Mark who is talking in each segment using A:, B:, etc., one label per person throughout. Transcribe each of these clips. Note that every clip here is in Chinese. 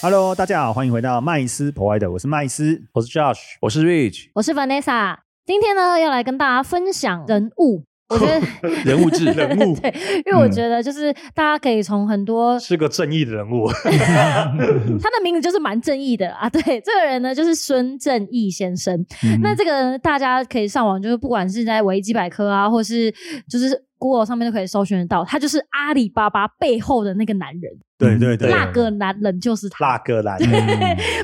A: Hello，大家好，欢迎回到麦斯 Provider，我是麦斯。
B: 我是 Josh，
C: 我是 Rich，
D: 我是 Vanessa，今天呢要来跟大家分享人物。我觉 得
C: 人物志
B: 人 物
D: 对，因为我觉得就是大家可以从很多、
B: 是个正义的人 物。嗯
D: 他的名字就是蛮正义的啊。 对，这个人呢就是孙正义先生。
B: 嗯
D: 那这个大家可以上网，就是不管是在维基百科啊，或是就是 Google 上面都可以搜寻得到，他就是阿里巴巴背后的那个男人，
A: 对对对，
D: 那个男人就是他。
B: 那个 男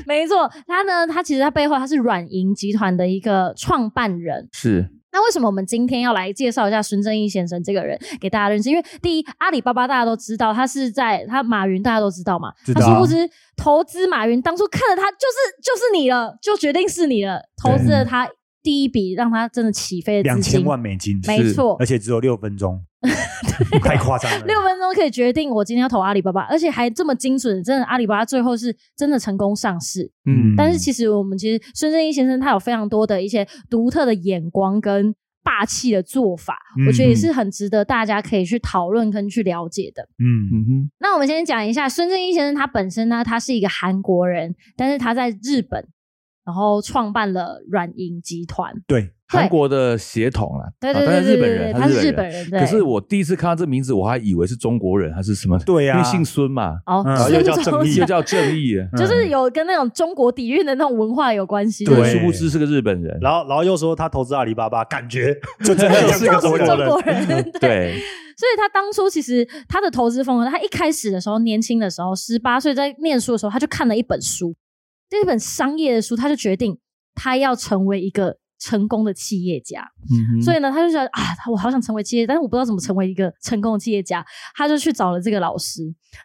D: 没错，他呢，他其实他背后他是软银集团的一个创办人。
C: 是
D: 那为什么我们今天要来介绍一下孙正义先生这个人给大家认识？因为第一，阿里巴巴大家都知道，他是在他马云大家都知道嘛，
A: 知道
D: 他
A: 啊
D: 殊不知投资马云当初看了他就是就是你了，就决定是你了，投资了他第一笔让他真的起飞的
A: 两
D: 资金，
A: 千万美金，
D: 没错啊
A: 而。且只有六分 钟，太夸张了。
D: 六分钟可以决定我今天要投阿里巴巴，而且还这么精准，真的阿里巴巴最后是真的成功上市。
A: 嗯
D: 但是其实我们其实孙正义先生他有非常多的一些独特的眼光跟霸气的做法，
A: 嗯
D: 我觉得也是很值得大家可以去讨论跟去了解的。
A: 嗯，
C: 嗯
D: 那我们先讲一下孙正义先生他本身呢，他是一个韩国人，但是他在日本。然后创办了软银集团，
A: 对，
C: 哼，韩国的血统啦，
D: 对
C: 啊
D: 对
C: 但
D: 对
C: 是
D: 对
C: 日本
D: 对对，
C: 人，
D: 他
C: 是
D: 是日
C: 本
D: 本
C: 人。
D: 人。对
C: 可是我第一次看到这名字，我还以为是中国人还是什么，
A: 对啊
C: 因为姓孙嘛，
D: 哦
A: 嗯，
D: 孙
B: 又叫
D: 中
B: 正义
D: 山
C: 又叫正义，啊
D: 就是有跟那种中国底蕴的那种文化有关系。
A: 对
C: 殊不知是个日本人。
B: 然后，然后又说他投资阿里巴巴，感觉
A: 就真的
B: 是个
D: 中国
B: 中国
D: 中
B: 人。
D: 国人，对。
C: 对，
D: 所以他当初其实他的投资风格，他一开始的时候，年轻的时候，十八岁在念书的时候，他就看了一本书，这本商业的书，他就决定他要成为一个成功的企业家。
C: 嗯
D: 所
C: 以
D: 以呢，他就觉得啊，我好想成为企业，但是我不知道怎么成为一个成功的企业家，他就去找了这个老师，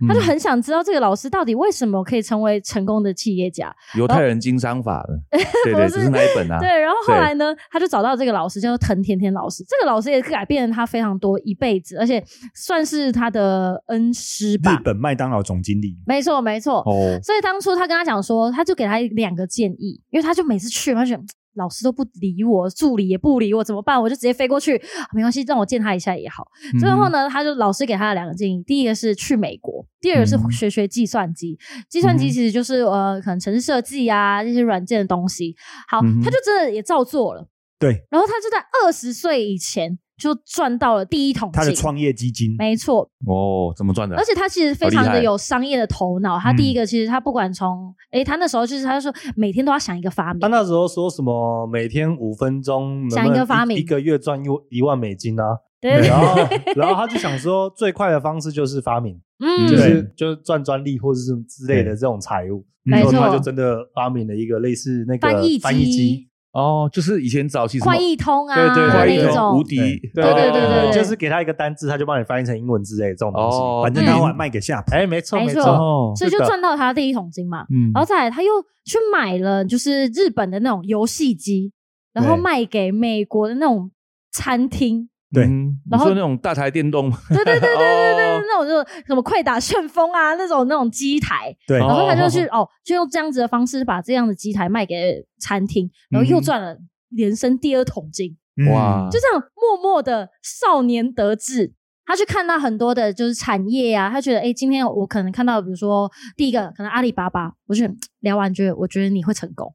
D: 他
C: 嗯
D: 就很想知道这个老师到底为什么可以成为成功的企业家。
C: 犹太人经商法 的，对
D: 不
C: 对，
D: 是
C: 只是那一本啊，
D: 对，然后后来呢，他就找到这个老师，叫做藤田天老师。这个老师也改变了他非常多一辈子，而且算是他的恩师吧。
A: 日本麦当劳总经理，
D: 没错，没错。
C: 哦，
D: 所以当初他跟他讲说，他就给他两个建议，因为他就每次去，他就觉得嗯老师都不理我，助理也不理我，怎么办？我就直接飞过去，啊没关系，让我见他一下也好。
C: 嗯
D: 最后呢，他就老师给他的两个建议，第一个是去美国，第二个是
C: 嗯
D: 学学计算机。计算
C: 嗯
D: 机其实就是呃，可能城市设计啊这些软件的东西。好，
C: 嗯哼
D: 他就真的也照做了。
A: 对，
D: 然后他就在二十岁以前就赚到了第一桶
A: 他的
D: 金。
A: 创业基金，
D: 没错，
C: 嗯，哦，怎么赚的？
D: 而且他其实非常
C: 好厉
D: 的
C: 害
D: 有商业的头脑。他
A: 嗯
D: 第一个其实他不管从，诶，他那时候就是他就说每天都要想一个发明
B: 他，那时候说什么每天五分钟，
D: 想一个发明
B: 一个月赚一一万美 金啊。
D: 对对对，
B: 然后，然后他就想说，最快的方式就是发明，
D: 嗯，
B: 就
A: 对
B: 是就是赚专利或者是之类的这种财务。
A: 没
B: 然后
D: 错
B: 他就真的发明了一个类似那个
D: 翻译
B: 翻译机
D: 机、，
C: 哦，就是以前早期什么
D: 快易通啊，
B: 对对
C: 快
B: 快
C: 译
B: 易
D: 那一
B: 通
C: 无
D: 种，
C: 敌，
B: 对
D: 对
B: 对
D: 对对对
B: 就是给他一个单字，他就帮你翻译成英文之类的这种东西。
C: 哦，
A: 反正他后来卖给夏普，
B: 哎，没错
D: 没
B: 没
D: 错
B: 错，
C: 哦，
D: 所以就是
B: 的
D: 赚到他第一桶金嘛。
C: 嗯
D: 然后再来，他又去买了就是日本的那种游戏机，然后
A: 对
D: 卖给美国的那种餐厅，
A: 对
C: 嗯你
D: 然后
C: 说那种大台电动，
D: 对对对对对对，
C: 哦
D: 那种就是什么快打旋风啊那种那种机台，
A: 对，
D: 然后他就去
C: 哦
D: 哦，就用这样子的方式把这样的机台卖给餐厅，然后又
C: 嗯
D: 赚了连升第二桶金，
A: 嗯
C: 哦哇，
D: 就这样默默的少年得志。他去看到很多的就是产业啊，他觉得哎、诶今天我可能看到，比如说第一个可能阿里巴巴，我就很聊完觉得我觉得你会成功，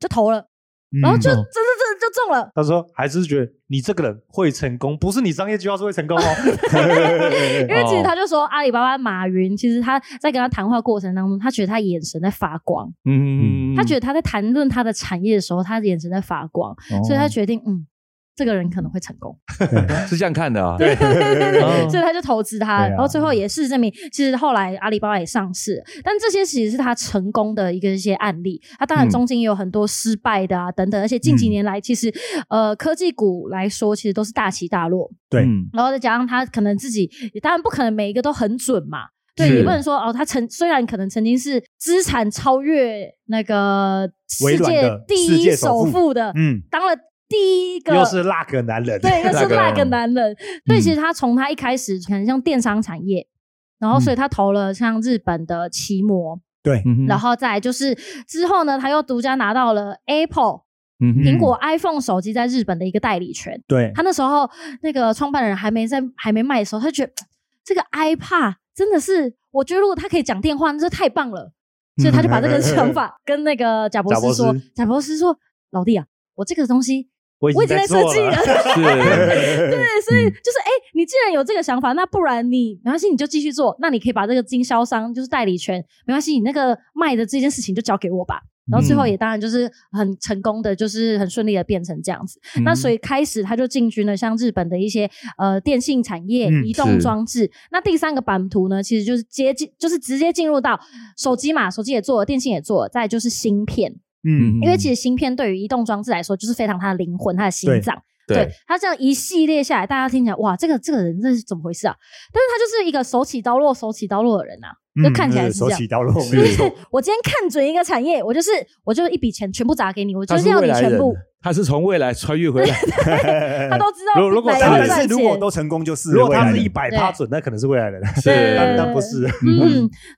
D: 就投了，
B: 嗯
C: 嗯
D: 然后就真的真的就中了。
B: 他说还是觉得你这个人会成功，不是你商业计划是会成功哦。
D: 因为其实
C: 哦
D: 他就说阿里巴巴马云，其实他在跟他谈话过程当中，他觉得他眼神在发光，
C: 嗯，
D: 他觉得他在谈论他的产业的时候，他的眼神在发光，
A: 哦
C: 得
D: 所以他决定，嗯，这个人可能会成功，
C: 是这样看的啊，
D: 对对对对
C: 哦
D: 对，所以他就投资他，
A: 嗯对啊
D: 然后最后也是证明，其实后来阿里巴巴也上市，但这些其实是他成功的一个一些案例，他当然
C: 嗯
D: 中间也有很多失败的啊等等，而且近几
A: 嗯
D: 年来其实呃科技股来说，其实都是大起大落，
A: 对
C: 嗯
D: 然后再加上他可能自己，也当然不可能每一个都很准嘛。对
C: 是
D: 你不能说哦，他曾虽然可能曾经是资产超越那个
B: 微
D: 世
B: 软
D: 界
B: 的
D: 第
A: 世
D: 一
A: 界首
D: 首
A: 富
D: 富的，
A: 嗯，
D: 当了第一个
B: 又是那个男人，
D: 对，又是那个男人。所以
A: 嗯
D: 其实他从他一开始可能像电商产业，然后所以他投了像日本的奇摩，
A: 对，
C: 嗯哼
D: 然后再来就是之后呢，他又独家拿到了 Apple
C: 嗯哼
D: 苹果 iPhone 手机在日本的一个代理权。
A: 对，
D: 他那时候那个创办人还没在还没卖的时候，他就觉得这个 iPad 真的是，我觉得如果他可以讲电话，那这太棒了。所以他就把这个想法跟那个贾博士说
B: 贾博士，
D: 贾博士说：“老弟啊，我这个东西
B: 我已
D: 我
B: 经
D: 已经
B: 在
D: 在
B: 做
D: 设计了。
B: 了，
C: 是
D: 对，所以就是哎、你既然有这个想法，那不然你没关系，你就继续做。那你可以把这个经销商就是代理权，没关系，你那个卖的这件事情就交给我吧。然后最后也当然就是很成功的，就是很顺利的变成这样子。 那所
C: 以
D: 以开始他就进军了像日本的一些呃电信产业、
A: 嗯
D: 移动
C: 是
D: 装置。那第三个版图呢，其实就是接近，就是直接进入到手机嘛，手机也做了，电信也做了，再来就是芯片。
A: 嗯，
D: 因为其实芯片对于移动装置来说，就是非常它的灵魂、它的心脏。
C: 对
D: 它这样一系列下来，大家听起来哇，这个这个人这是怎么回事啊？但是他就是一个手起刀落、手起刀落的人啊。就看起来
A: 嗯
D: 是这
A: 手
D: 样
A: 起刀落，
C: 是
A: 没 有错，
D: 我今天看准一个产业，我就是我就一笔钱全部砸给你， 我就
C: 他
D: 是
C: 是
D: 要
C: 未
D: 你
C: 来
D: 全
C: 人
D: 部。，
C: 他是从未来穿越回来，
D: 他都知
C: 如
D: 道
C: 果如果
D: 哪
C: 他
D: 个
A: 但
D: 会
C: 们
D: 赚
A: 是
D: 钱。
A: 如果都成功，就是
B: 如果
A: 未
B: 他
A: 来
B: 是
A: 人
B: 一百趴准，那可能是未来人，
C: 是
D: 对
B: 但不是，啊
D: 嗯，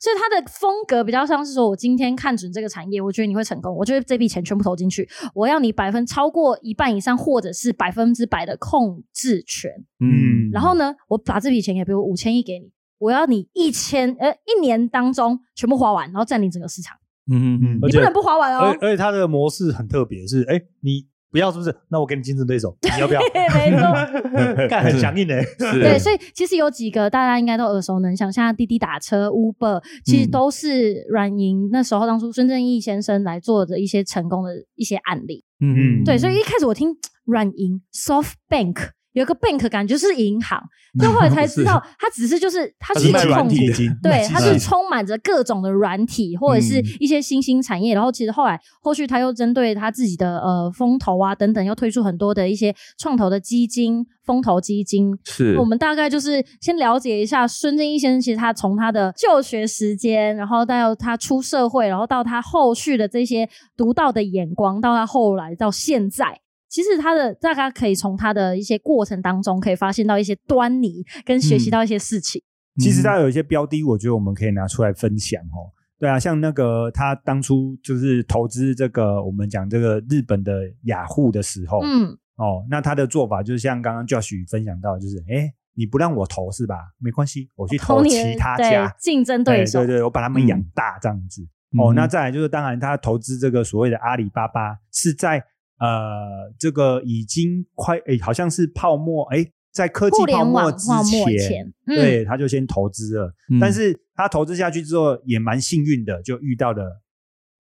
D: 所以他的风格比较像是说，我今天看准这个产业，我觉得你会成功，我觉得这笔钱全部投进去，我要你百分超过一半以上，或者是百分之百的控制权。
A: 嗯，
D: 然后呢，我把这笔钱也比如五千亿给你，我要你一千呃一年当中全部花完，然后占领整个市场，
C: 嗯
A: 嗯
C: 嗯
D: 你
B: 而
D: 不
B: 且
D: 能不花完
B: 而
D: 哦。
B: 而且他的模式很特别，是哎，你不要是不是？那我给你竞争对手，你要 不要？
D: 对，没错。
B: 干很强硬
A: 欸
B: 哎，
C: 是
D: 对，所以其实有几个大家应该都耳熟能详，像滴滴打车、Uber，其实
C: 嗯
D: 都是软银那时候当初孙正义先生来做的一些成功的一些案例。
C: 嗯嗯
D: 对，所以一开始我听软银 Soft Bank 有一个 bank 感觉是银行，但后来才知道它只是就是它
C: 它
D: 是
C: 是
D: 一
C: 卖
D: 个
C: 软
D: 控
C: 体
D: 股
C: 的，
D: 对，它是
C: 嗯
D: 充满着各种的软体或者是
C: 嗯
D: 一些新兴产业，然后其实后来后续他又针对他自己的呃风投啊等等，又推出很多的一些创投的基金、风投基金。
C: 是
D: 我们大概就是先了解一下孙正义先生，其实他从他的就学时间，然后到他出社会，然后到他后续的这些独到的眼光，到他后来到现在。其实他的大家可以从他的一些过程当中，可以发现到一些端倪，跟学习
C: 嗯
D: 到一些事情。
A: 其实它有一些标的，我觉得我们可以拿出来分享哦。对啊，像那个他当初就是投资这个我们讲这个日本的雅虎的时候，
D: 嗯，
A: 哦，那他的做法就是像刚刚 Josh 分享到，就是哎，你不让我投是吧？没关系，我去投
D: 你
A: 其他
D: 对
A: 家，
D: 竞争对
A: 对
D: 手，
A: 对对，我把他们养大这样子。哦，
C: 嗯
A: 那再来就是，当然他投资这个所谓的阿里巴巴是在呃这个已经快诶好像是泡沫诶在科技泡
D: 互联网
A: 之
D: 泡沫
A: 前，
D: 前，嗯，
A: 对他就先投资了。
C: 嗯
A: 但是他投资下去之后也蛮幸运的，就遇到了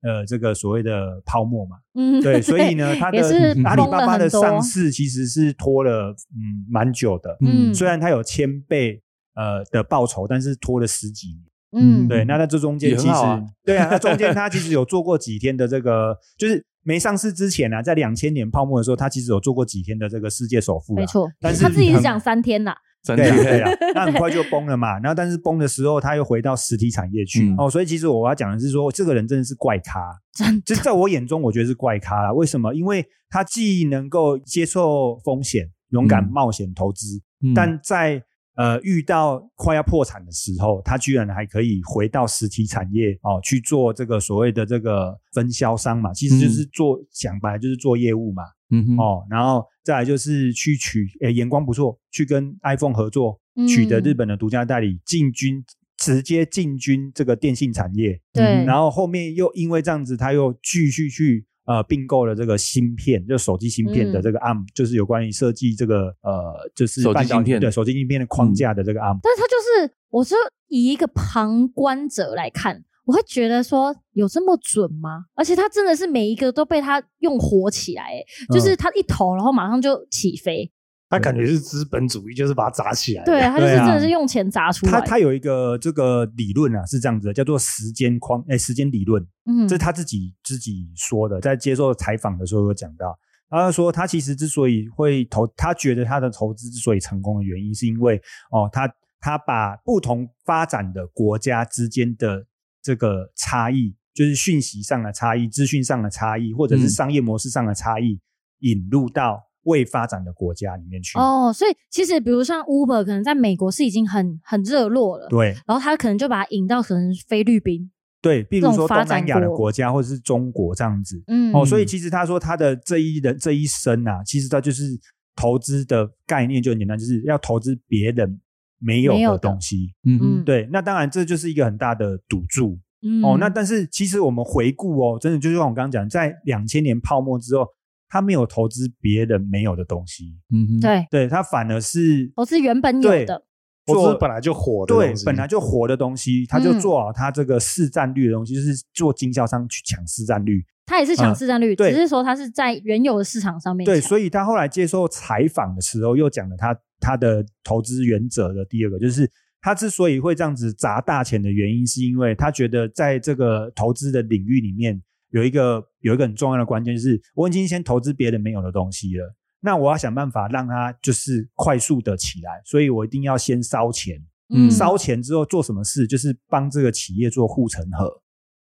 A: 呃这个所谓的泡沫嘛。
D: 嗯，
A: 对，所以呢，他的
D: 也是
C: 嗯
A: 阿里
D: 崩
A: 巴
D: 了
A: 巴的
D: 很多，
A: 上市其实是拖了嗯蛮久的，
D: 嗯
A: 虽然它有千倍呃的报酬，但是拖了十几年。
D: 嗯，
A: 对，那在这中间
C: 也
A: 其
C: 很
A: 实、
C: 好啊
A: 对啊，那中间它其实有做过几天的这个，就是没上市之前啊，在两千年泡沫的时候，它其实有做过几天的这个世界首富、啊，
D: 没错，
A: 但是
D: 他自己是
A: 很
D: 讲三天呐，
C: 真
A: 对
C: 的
A: 啊，对啊，那很快就崩了嘛。然后，但是崩的时候，他又回到实体产业去、
C: 嗯
A: 哦。所以，其实我要讲的是说，这个人真的是怪咖，
D: 真
A: 就在我眼中，我觉得是怪咖啦。为什么？因为他既能够接受风险，勇敢
C: 嗯
A: 冒险投资，
C: 嗯
A: 但在呃遇到快要破产的时候，他居然还可以回到实体产业哦去做这个所谓的这个分销商嘛，其实就是做、讲白了就是做业务嘛。
C: 嗯哼
A: 哦，然后再来就是去取，诶，眼光不错，去跟 iPhone 合作，取得日
D: 嗯
A: 本的独家代理，进军直接进军这个电信产业，
D: 对，
A: 然后后面又因为这样子，他又继续去呃并购了这个芯片，就手机芯片的
D: 嗯
A: 这个 ARM，、就是有关于设计这个呃就是
C: 手机
A: 半导
C: 芯片嗯
A: 对手机芯片的框架的这个 ARM，、
D: 但是他就是，我是以一个旁观者来看。我会觉得说有这么准吗？而且他真的是每一个都被他用火起来、欸，
A: 嗯
D: 就是他一投，然后马上就起飞。
B: 他感觉是资本主义，就是把它砸起来。
D: 对，，他就是
A: 对啊
D: 真的是用钱砸出来。
A: 他他有一个这个理论啊，是这样子的，叫做时间框，哎，时间理论。
D: 嗯
A: 这是他自己自己说的，在接受采访的时候有讲到，他说他其实之所以会投，他觉得他的投资之所以成功的原因，是因为哦，他他把不同发展的国家之间的这个差异，就是讯息上的差异、资讯上的差异，或者是
C: 嗯
A: 商业模式上的差异，引入到未发展的国家里面去。
D: 哦，所以其实比如像 Uber，可能在美国是已经很很热络了，
A: 对
D: 然后他可能就把它引到可能菲律宾，
A: 对，比如
D: 种
A: 说
D: 发
A: 东南
D: 展
A: 亚的
D: 国
A: 国家或者是中国这样子。
D: 嗯，
A: 哦，所以其实他说他的这一人这一生啊，其实他就是投资的概念就很简单，就是要投资别人没有
D: 没有
A: 的
D: 的
A: 东西。
C: 嗯，
A: 对，那当然这就是一个很大的赌注。
D: 嗯
A: 哦，那但是其实我们回顾哦，真的就像我刚刚讲，在两千年泡沫之后，他没有投资别人没有的东西，
C: 嗯，
D: 对，
A: 对他反而是
D: 投资原本有
A: 对
D: 的，
B: 投
A: 做
B: 资本来就火的
A: 对
B: 东西
A: 本来就活的东西，他就
D: 嗯
A: 做好他这个市占率的东西，就是做经销商去抢市占率。
D: 他也是抢
A: 嗯
D: 市占率，
A: 对
D: 只是说他是在原有的市场上面
A: 对，
D: 抢
A: 所以他后来接受采访的时候，又讲了他他的投资原则的第二个，就是他之所以会这样子砸大钱的原因，是因为他觉得在这个投资的领域里面，有一个有一个很重要的关键，就是我已经先投资别人没有的东西了，那我要想办法让它就是快速的起来，所以我一定要先烧钱，
C: 嗯
A: 烧钱之后做什么事，就是帮这个企业做护城河。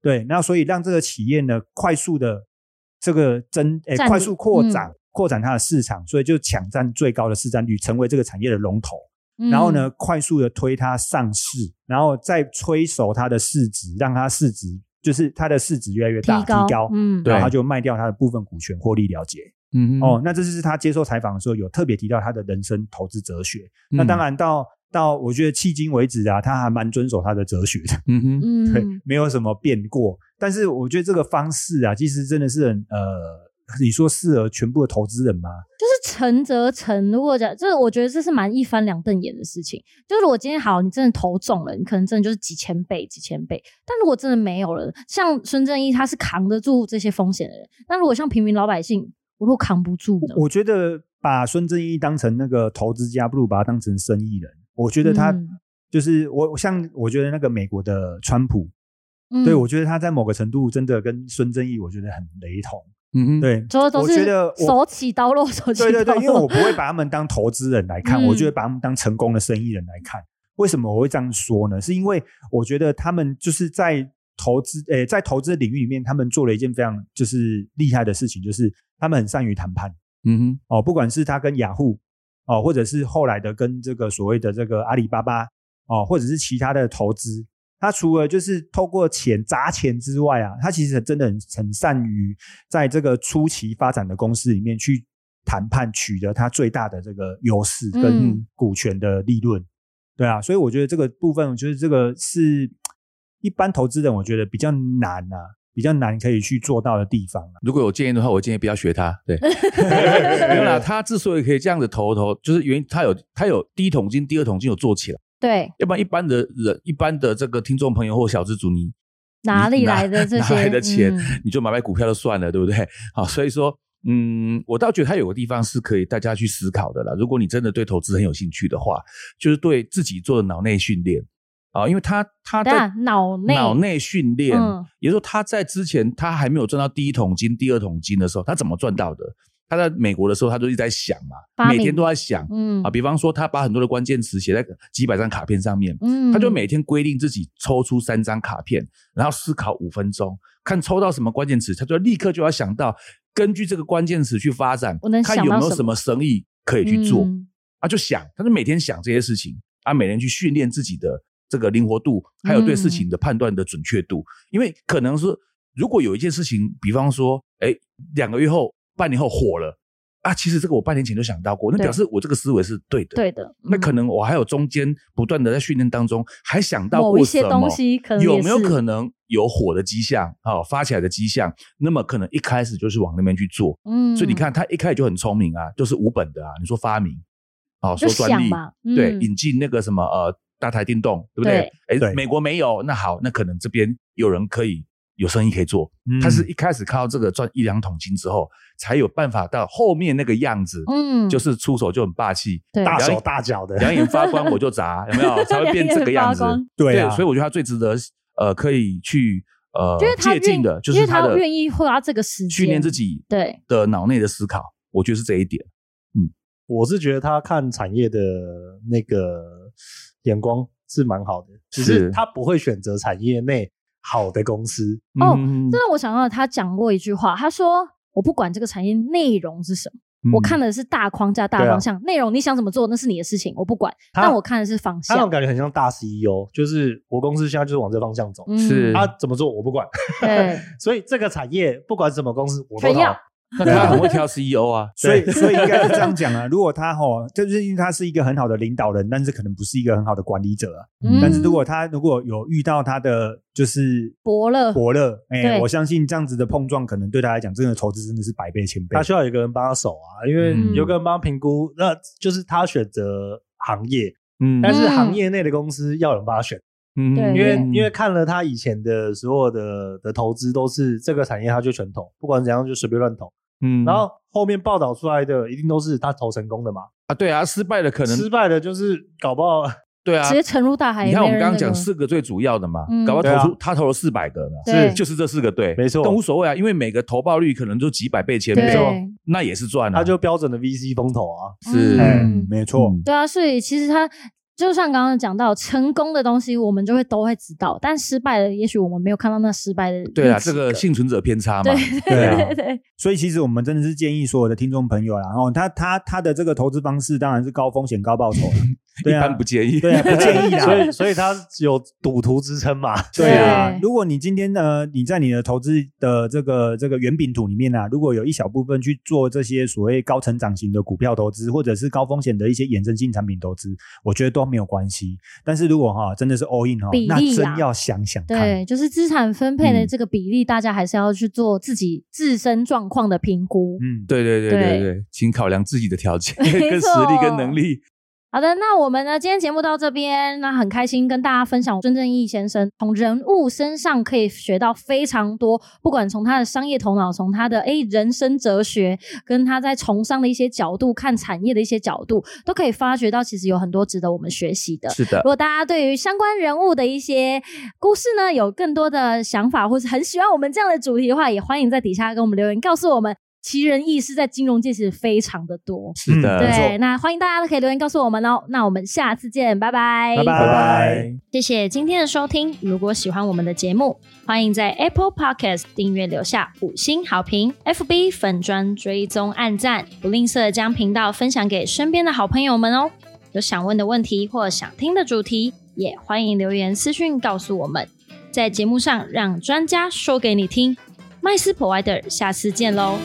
A: 对，那所以让这个企业呢，快速的这个增，诶、
D: 占领嗯
A: 快速扩展、扩展它的市场，所以就抢占最高的市占率，成为这个产业的龙头。
D: 嗯
A: 然后呢，，快速的推它上市，然后再催熟它的市值，让它市值就是它的市值越来越
D: 提
A: 大，提
D: 高嗯
A: 然
C: 对
A: 后他就卖掉他的部分股权获利了结。
C: 嗯
A: 哦，，那这就是他接受采访的时候有特别提到他的人生投资哲学。那
D: 嗯
A: 当，然到到我觉得迄今为止啊，他还蛮遵守他的哲学的，
C: 嗯哼，
D: 嗯，
A: 对
D: 嗯，
A: 没有什么变过。但是我觉得这个方式啊，其实真的是很呃，你说适合全部的投资人吗？
D: 就是成则成，如果讲，就是我觉得这是蛮一翻两瞪眼的事情。就是如果今天好，你真的投中了，你可能真的就是几千倍、几千倍。但如果真的没有了，像孙正义他是扛得住这些风险的人，那如果像平民老百姓，我如果扛不住呢？
A: 我觉得把孙正义当成那个投资家，不如把他当成生意人。我觉得他、
D: 嗯
A: 就是我，我像我觉得那个美国的川普，
D: 嗯
A: 对我觉得他在某个程度真的跟孙正义，我觉得很雷同。
C: 嗯哼，，
A: 对，
D: 说都
A: 我
D: 是
A: 觉得我
D: 手起刀落，手起刀
A: 对
D: 落。
A: 对对，因为我不会把他们当投资人来看，
D: 嗯
A: 我就会把他们当成功的生意人来看。为什么我会这样说呢？是因为我觉得他们就是在投资，诶、在投资领域里面，他们做了一件非常就是厉害的事情，就是他们很善于谈判
C: 嗯哼，
A: 哦，不管是他跟雅虎哦，或者是后来的跟这个所谓的这个阿里巴巴哦，或者是其他的投资，他除了就是透过钱砸钱之外啊，他其实真的很很善于在这个初期发展的公司里面去谈判，取得他最大的这个优势
D: 嗯
A: 跟股权的利润。对啊，所以我觉得这个部分就是这个是一般投资人我觉得比较难啊，比较难可以去做到的地方啊。
C: 如果有建议的话，我建议不要学他。 对，没有啦，他之所以可以这样子投投，就是原因他有他有第一桶金、第二桶金有做起来，
D: 对
C: 要不然一般的人、一般的这个听众朋友或小资主，你
D: 哪里
C: 你
D: 来的这
C: 哪
D: 些
C: 来的钱
D: 嗯
C: 你就买卖股票就算了，对 不对？好，所以说，嗯，我倒觉得它有个地方是可以大家去思考的啦。如果你真的对投资很有兴趣的话，就是对自己做的脑内训练啊，因为他他
D: 等一下
C: 在
D: 脑内
C: 脑内训练，
D: 嗯
C: 也就是说他在之前他还没有赚到第一桶金、第二桶金的时候，他怎么赚到的？他在美国的时候，他就一直在想
D: 发
C: 嘛，
D: 明
C: 每天都在想
D: 嗯
C: 啊。比方说，他把很多的关键词写在几百张卡片上面，
D: 嗯
C: 他就每天规定自己抽出三张卡片，然后思考五分钟，看抽到什么关键词，他就立刻就要想到，根据这个关键词去发展
D: 我能，想
C: 看
D: 到
C: 有没有
D: 什
C: 什么生意可以去做、
D: 嗯
C: 啊，就想，他就每天想这些事情啊，每天去训练自己的这个灵活度，还有对事情
D: 嗯
C: 的判断的准确度，因为可能是如果有一件事情，比方说，哎，两个月后、半年后火了啊，其实这个我半年前就想到过，那
D: 对
C: 表示我这个思维是对的，
D: 对的，
C: 那
D: 嗯
C: 可能我还有中间不断的在训练当中，还想到
D: 某
C: 过
D: 一
C: 什
D: 些
C: 么
D: 东西可能
C: 有
D: 也
C: 没有
D: 是
C: 可能有火的迹象啊、哦发起来的迹象？那么可能一开始就是往那边去做。
D: 嗯，
C: 所以你看，他一开始就很聪明啊，就是无本的啊。你说发明，哦，
D: 就
C: 说专
D: 想
C: 利，
D: 嘛，
C: 对，
D: 嗯
C: 引进那个什么呃大台电动，对不对？哎，
A: 对
C: 美国没有，那好，那可能这边有人可以有生意可以做。
A: 嗯
C: 他是一开始靠这个赚一两桶金之后，才有办法到后面那个样子，
D: 嗯，
C: 就是出手就很霸 气，
D: 对
B: 大
C: 然后
B: 手大脚的，
C: 两眼发光我就砸，有没有？才会变这个样子
D: 两眼发。光
A: 对啊，
C: 所以我觉得他最值得呃可以去呃
D: 因为他
C: 借
D: 愿
C: 鉴的，就
D: 因
C: 是
D: 为他
C: 的
D: 愿意花这个时间
C: 训练自己
D: 对
C: 的脑内的思考，我觉得是这一点。
B: 我是觉得他看产业的那个眼光是蛮好的，只
C: 是
B: 是他不会选择产业内好的公司。
D: 哦
C: 嗯
D: 这让我想到他讲过一句话，他说：“我不管这个产业内容是什么，
C: 嗯
D: 我看的是大框架、大
B: 对啊
D: 方向。内容你想怎么做，那是你的事情，我不管。
B: 他
D: 但我看的是方
B: 他那
D: 向
B: 种。感觉很像大 CEO，就是我公司现在就是往这方向走，
D: 嗯”
C: 是
A: 啊
B: 他、怎么做我不管，
D: 对，
B: 所以这个产业不管什么公司我都
D: 全要
B: 要。
C: 那他很会挑 CEO 啊，
A: 所 以，所以应该是这样讲 啊。如果他吼，就是因为他是一个很好的领导人，但是可能不是一个很好的管理者啊、
D: 嗯
A: 但是如果他如果有遇到他的就是
D: 伯乐
A: 伯乐，哎、
D: 嗯对
A: 我相信这样子的碰撞，可能对他来讲，真的投资真的是百倍千倍
B: 他。需要有一个人帮他手啊，因为
C: 嗯
B: 有个人帮他评估，那就是他选择行业，
C: 嗯
B: 但是行业内的公司要有人帮他选，
C: 嗯
D: 对
B: 因为因为看了他以前的所有的的投资都是这个产业他就全投，不管怎样就随便乱投，
C: 嗯
B: 然后后面报道出来的一定都是他投成功的嘛，
C: 啊，对啊，失败的
A: 嗯
C: 可能
B: 失败的就是搞不好
C: 对啊
D: 直，接沉入大海。
C: 你
D: 也
C: 看
D: 没
C: 我们
D: 人
C: 刚刚
D: 那
C: 讲
D: 个
C: 四个最主要的嘛
D: 嗯，
C: 搞不
B: 对
C: 好
B: 啊
C: 投出他投了四百个呢，
D: 对
C: 就是这四个对，
B: 没错
C: 但无所谓啊，因为每个投报率可能就几百倍、千倍
D: 对没错，
C: 那也是赚啊，
B: 他就标准的 VC 风投啊，
C: 是
A: 哎、
D: 嗯
A: 没错，
C: 嗯
D: 对啊，所以其实他就像刚刚讲到，成功的东西我们就会都会知道，但失败的也许我们没有看到那失败的。
C: 对啊，这个幸存者偏差嘛，
D: 对
A: 对啊
D: 对对对，
A: 所以其实我们真的是建议所有的听众朋友啦，然后他他他的这个投资方式当然是高风险高报 酬啦，
C: 一
A: 对啊
C: 般不建议。
A: 对啊，不建议啦。
B: 所以所以他有赌徒之称嘛，
A: 对啊
D: 对，
A: 如果你今天呢，你在你的投资的这个这个圆饼图里面啊，如果有一小部分去做这些所谓高成长型的股票投资，或者是高风险的一些衍生性产品投资，我觉得都没有关系。但是如果哈、真的是 all in 哈、
D: 比例啊
A: 那真要想想看。
D: 对，就是资产分配的
A: 嗯
D: 这个比例，大家还是要去做自己自身状况的评估。
A: 嗯，
C: 对对对对
D: 对
C: 对，请考量自己的条件、
D: 没错
C: 跟实力、跟能力。
D: 好的，那我们呢今天节目到这边，那很开心跟大家分享孙正义先生从人物身上可以学到非常多，不管从他的商业头脑，从他的诶人生哲学，跟他在从商的一些角度看产业的一些角度，都可以发掘到其实有很多值得我们学习的。
C: 是的
D: 如，果大家对于相关人物的一些故事呢，有更多的想法，或是很喜欢我们这样的主题的话，也欢迎在底下跟我们留言，告诉我们奇人异事在金融界其实非常的多。
C: 是的，
A: 嗯
C: 没错
D: 对，那欢迎大家都可以留言告诉我们哦。那我们下次见，拜拜，
A: 拜
C: 拜拜。
D: 谢谢今天的收听。如果喜欢我们的节目，欢迎在 Apple Podcast 订阅留下五星好评，FB 粉砖追踪按赞，不吝啬将频道分享给身边的好朋友们哦。有想问的问题或想听的主题，也欢迎留言私讯告诉我们，在节目上让专家说给你听。麦斯 Provider，下次见喽。